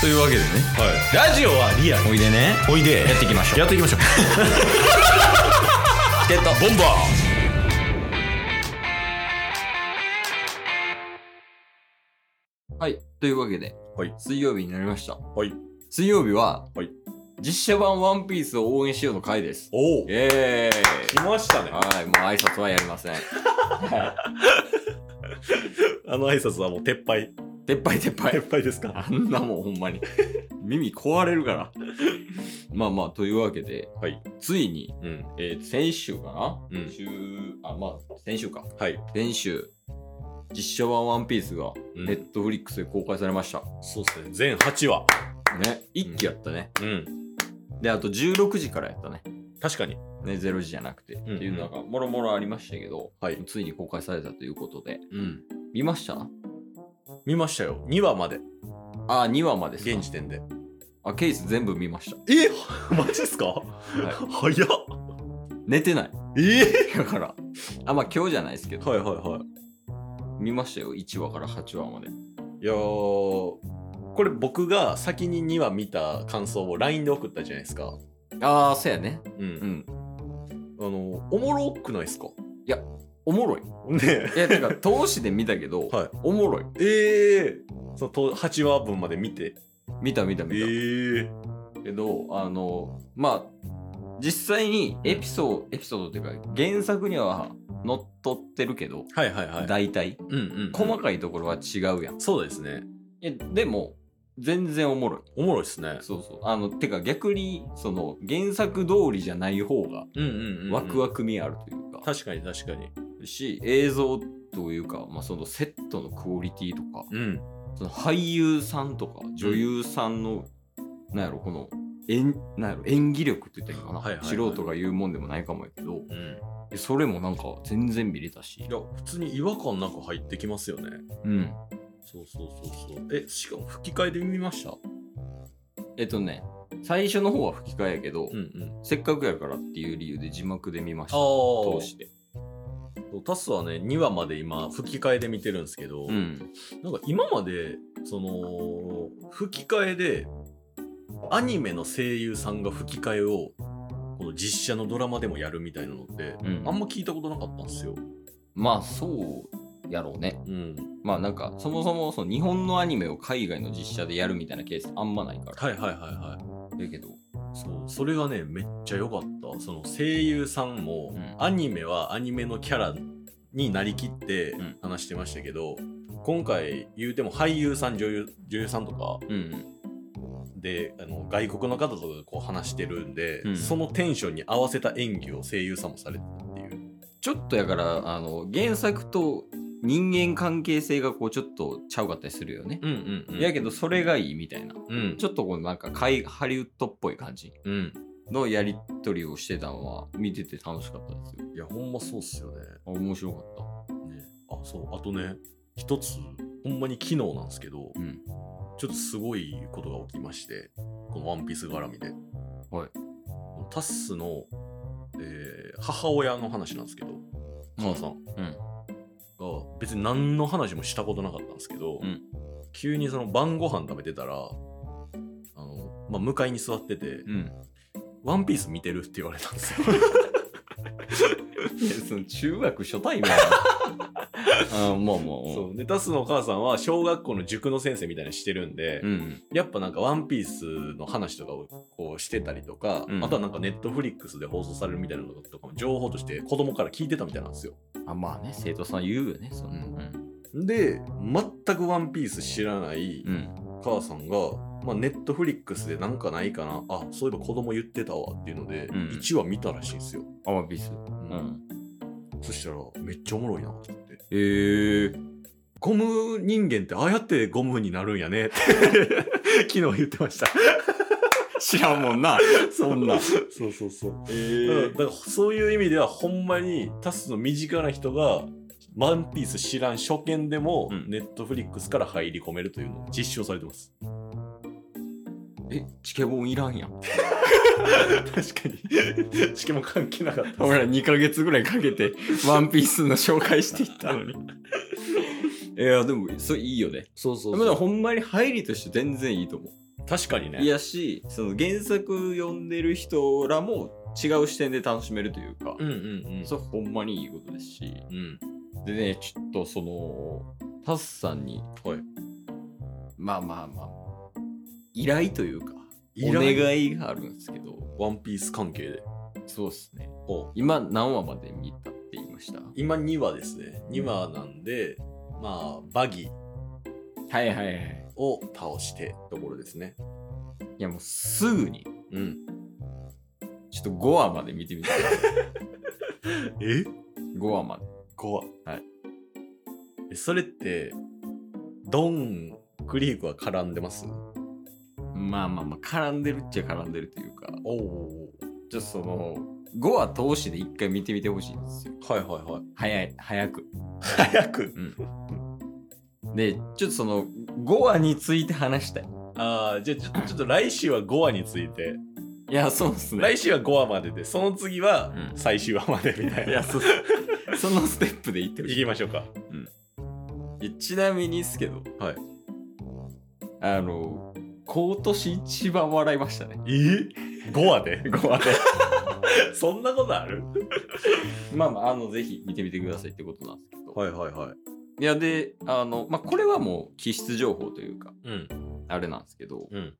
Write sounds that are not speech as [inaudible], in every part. というわけでねラジオはリアルおいでねおいでやっていきましょうやっていきましょうチケットボンバーはいというわけで、はい水曜日になりましたはい水曜日は、はい実写版ワンピースを応援しようの回ですおおイエー来ましたねイはいもう挨拶はやりま [laughs] せんはいあの挨拶はもう撤廃撤廃撤廃撤廃ですかあんなもんほんまに耳壊れるからまあまあというわけではいついに、うんえー先週かな、うん週あまあ先週かはい先週実写版ワンピースがうんネットフリックスで公開されました、そうですね全8話ね一期やったね、うんであと16時からやったね確かにね0時じゃなくて、うんっていうなんかもろもろありましたけど、はいついに公開されたということでうん見ました見ましたよ2話まであ2話までですか現時点であケース全部見ました、え [laughs] マジですかは早っい、寝てない [laughs] えだからあまあ今日じゃないですけどはいはいは見ましたよ1話から8話までいいやーこれ僕が先に2話見た感想を LINE で送ったじゃないですかああそうやねう、うんんあのおもろくないですかおもろいねいや [laughs] てか投資で見たけど、はいおもろいええそのと8話分まで見て見た見た見た、えけどあのまあ実際にエピソードエピソードっていうか原作にはのっとってるけど、はいはいはい大体うんうん細かいところは違うやん、そうですねえでも全然おもろいおもろいですねそうそうあのてか逆にその原作通りじゃない方がうんうんワクワクク味あるというか、確かに確かにし映像というか、まあ、そのセットのクオリティとかうんその俳優さんとか女優さんの、なんやろこの演なんやろ演技力って言ったらいいのかな、はいはいはい素人が言うもんでもないかもやけどうんでそれもなんか全然見れたしい、や普通に違和感なく入ってきますよねうん、そうそうそうそうえしかも吹き替えで見ましたえっとね最初の方は吹き替えやけど、んうんせっかくやからっていう理由で字幕で見ましあたあ通してタスはね2話まで今吹き替えで見てるんですけど、うんなんか今までその吹き替えでアニメの声優さんが吹き替えをこの実写のドラマでもやるみたいなのって、うんあんま聞いたことなかったんですよ。まあそうやろうねうん、まあなんかそもそもその日本のアニメを海外の実写でやるみたいなケースあんまないからはいはいはいはい。だけどそうそれがねめっちゃ良かった。その声優さんも、うんアニメはアニメのキャラになりきってうん話してましたけど、今回言うても俳優さん女優女優さんとかうんであの外国の方とかがこう話してるんで、うんそのテンションに合わせた演技を声優さんもされてたっていうちょっとやからあの原作と人間関係性がこうちょっとちゃうかったりするよね、うんうんうんやけどそれがいいみたいなうんちょっとこうなんか海ハリウッドっぽい感じうんのやり取りをしてたのは見てて楽しかったですよいやほんまそうっすよねあ面白かっねあそうあとね一つほんまに機能なんですけどたうんちょっとすごいことが起きましてこの「ワンピース絡みではいタッスの、えー母親の話なんですけど母さんうんが別に何の話もしたことなかったんですけど、うん急にその晩ご飯食べてたらあの、まあ、向かいに座っててうん「ワンピース見てる?」って言われたんですよ。 [laughs] その中学初対面あまあまあまあ [laughs] そうでタスのお母さんは小学校の塾の先生みたいなのしてるんで、うんやっぱなんか「ワンピースの話とかをこうしてたりとか、うんあとはなんかネットフリックスで放送されるみたいなのとかも情報として子供から聞いてたみたいなんですよ。あまあね生徒さん言うよねそのうんで全く「ワンピース知らないうん母さんが、まあ、ネットフリックスでなんかないかなあそういえば子供言ってたわっていうので、うん1話見たらしいんですよ、アマビスううんんそしたらめっちゃおもろいなと思ってへえ [laughs] ゴム人間ってああやってゴムになるんやねって昨日言ってました知らんもんな [laughs] そんなそうそうそうえうんだからそういう意味ではほんまにタスの身近な人が「ワンピース知らん初見でもうんネットフリックスから入り込めるというのを実証されてます。えチケボンいら [laughs] んやん確かに。しかも関係なかった。俺ら2ヶ月ぐらいかけてワンピースの紹介していったのに [laughs] いやでもそれいいよねそうそでもほんまに入りとして全然いいと思う確かにねいやしその原作読んでる人らも違う視点で楽しめるというか、うんうんうんそれほんまにいいことですしうんでねちょっとそのタスさんにはいまあまあまあ依頼というか依お頼願いがあるんですけどワンピース関係でそうですねほう今何話まで見たって言いました今2話ですね2話なんでまあバギはいはいはいを倒してところですねいやもうすぐにうんちょっと5話まで見てみ [laughs] てえ5話まで怖はいえそれってドンクリークは絡んでますまあまあまあ絡んでるっちゃ絡んでるというかおおちょっとその5話通しで一回見てみてほしいんですよはいはいはい早い早く早くでちょっとその5話について話したいああじゃあちょっとちょっと来週は5話についていやそうっすね来週は5話まででその次はうん最終話までみたいいな、やそうそのステップでいってほ行しいきましょうかいやちなみにですけどはいあの今年一番笑いましたねえ5話で [laughs] 5話でそんなことあるまあまああのぜひ見てみてくださいってことなんですけど、はいはいはいいやであの、まあ、これはもう気質情報というかうんあれなんですけどうん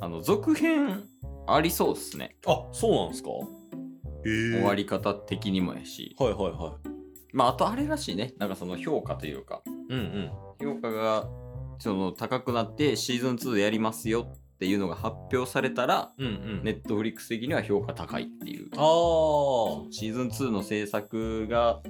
あの続編ありそうですね、あそうなんですかえー終わり方的にもやしはいはいはまああとあれらしいねなんかその評価というかいうんうん評価がその高くなってシーズン2でやりますよっていうのが発表されたらうんうんネットフリックス的には評価高いっていうああシーズン2の制作が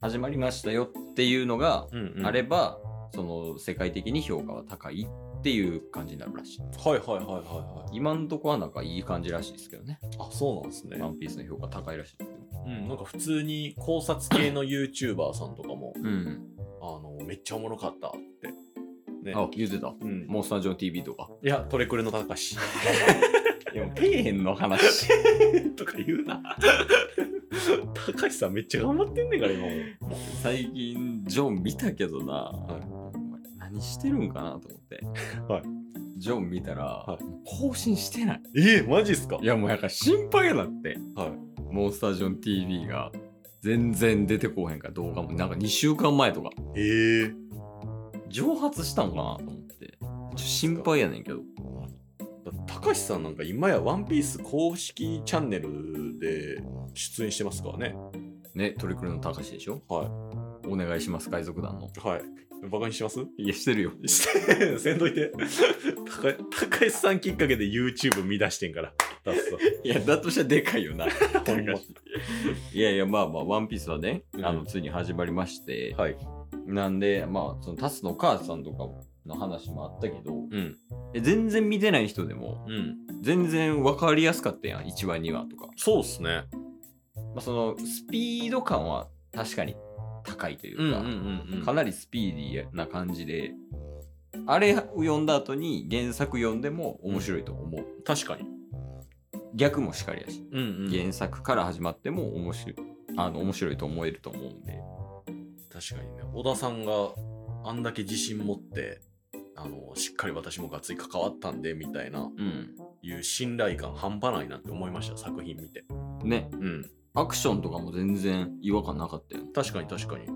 始まりましたよっていうのがうんあれば、その世界的に評価は高いっていう感じになるらしいはいはいはいはいは今んとこはなんかいい感じらしいですけどねいあそうなんですねワンピースの評価高いらしいですようんなんか普通に考察系の YouTuber さんとかもうんあのめっちゃおもろかったってねあ言うてたうんモンスタージョー TV とかいやトレクレの高しいやもう底辺の話 [laughs] とか言うな [laughs] 高橋さんめっちゃ頑張ってんねんから今も [laughs] 最近ジョン見たけどな、い何してるんかなと思って、はいジョン見たら、はい更新してないえマジっすかいやもうやから心配だってはいモンスタージョン TV が全然出てこうへんから動画もなんか2週間前とかえー、蒸発したんかなと思ってちょっと心配やねんけど高橋さんなんか今や「ワンピース公式チャンネルで出演してますからねねトリクルの高しでしょはお願いします海賊団のいはいバカにしてますいやしてるよしてせんといて高い高橋さんきっかけで YouTube 見出してんから出すといやだとしたらでかいよなほんまいやいやまあまあワンピースはね、あうのんついに始まりまして、はいなんで、まあ、そのタスの母さんとかの話もあったけど、うんえ全然見てない人でも、うん全然分かりやすかったやん、1話、2話とか。そうっすねまあ、そのスピード感は確かに高いというか、うんかなりスピーディーな感じで、あれを読んだ後に原作読んでも面白いと思う。確かに逆もしかりやし、うんうん原作から始まっても面白い。あの面白いと思えると思うんで、確かにね小田さんがあんだけ自信持ってあのしっかり私もがっつり関わったんでみたいなうん、いう信頼感半端ないなって思いました作品見てねうんアクションとかも全然違和感なかったよ確かに確かに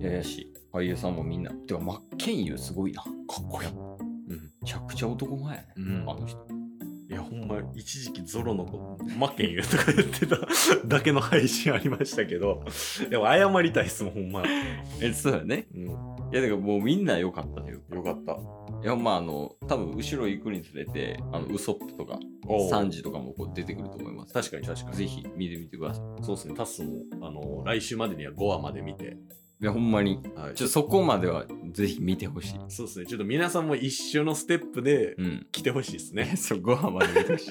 いやいやし、俳優さんもみんな。てか、マッケンユーすごいな。かっこいい。めうん、ちゃくちゃ男前やね。うんあの人。いやほんま一時期ゾロの子マッケン言うとか言ってた [laughs] だけの配信ありましたけどでも謝りたいっすもんほんま、え、そうだね。うん、よいや、だからもうみんな良かったというか。かったいや、まあ、あの、多分後ろ行くにつれて、あの、ウソップとか、おサンジとかもこう出てくると思います。確かに確かにぜひ見てみてくださそうですねタスもあの来週までには5話まで見て、い。いや、ほんまに。はい、ちょ、そこまではぜひ見てほしい。そうですねちょっと皆さんも一緒のステップでうん。来てほしいですね、そう、ご飯まで見てほしい。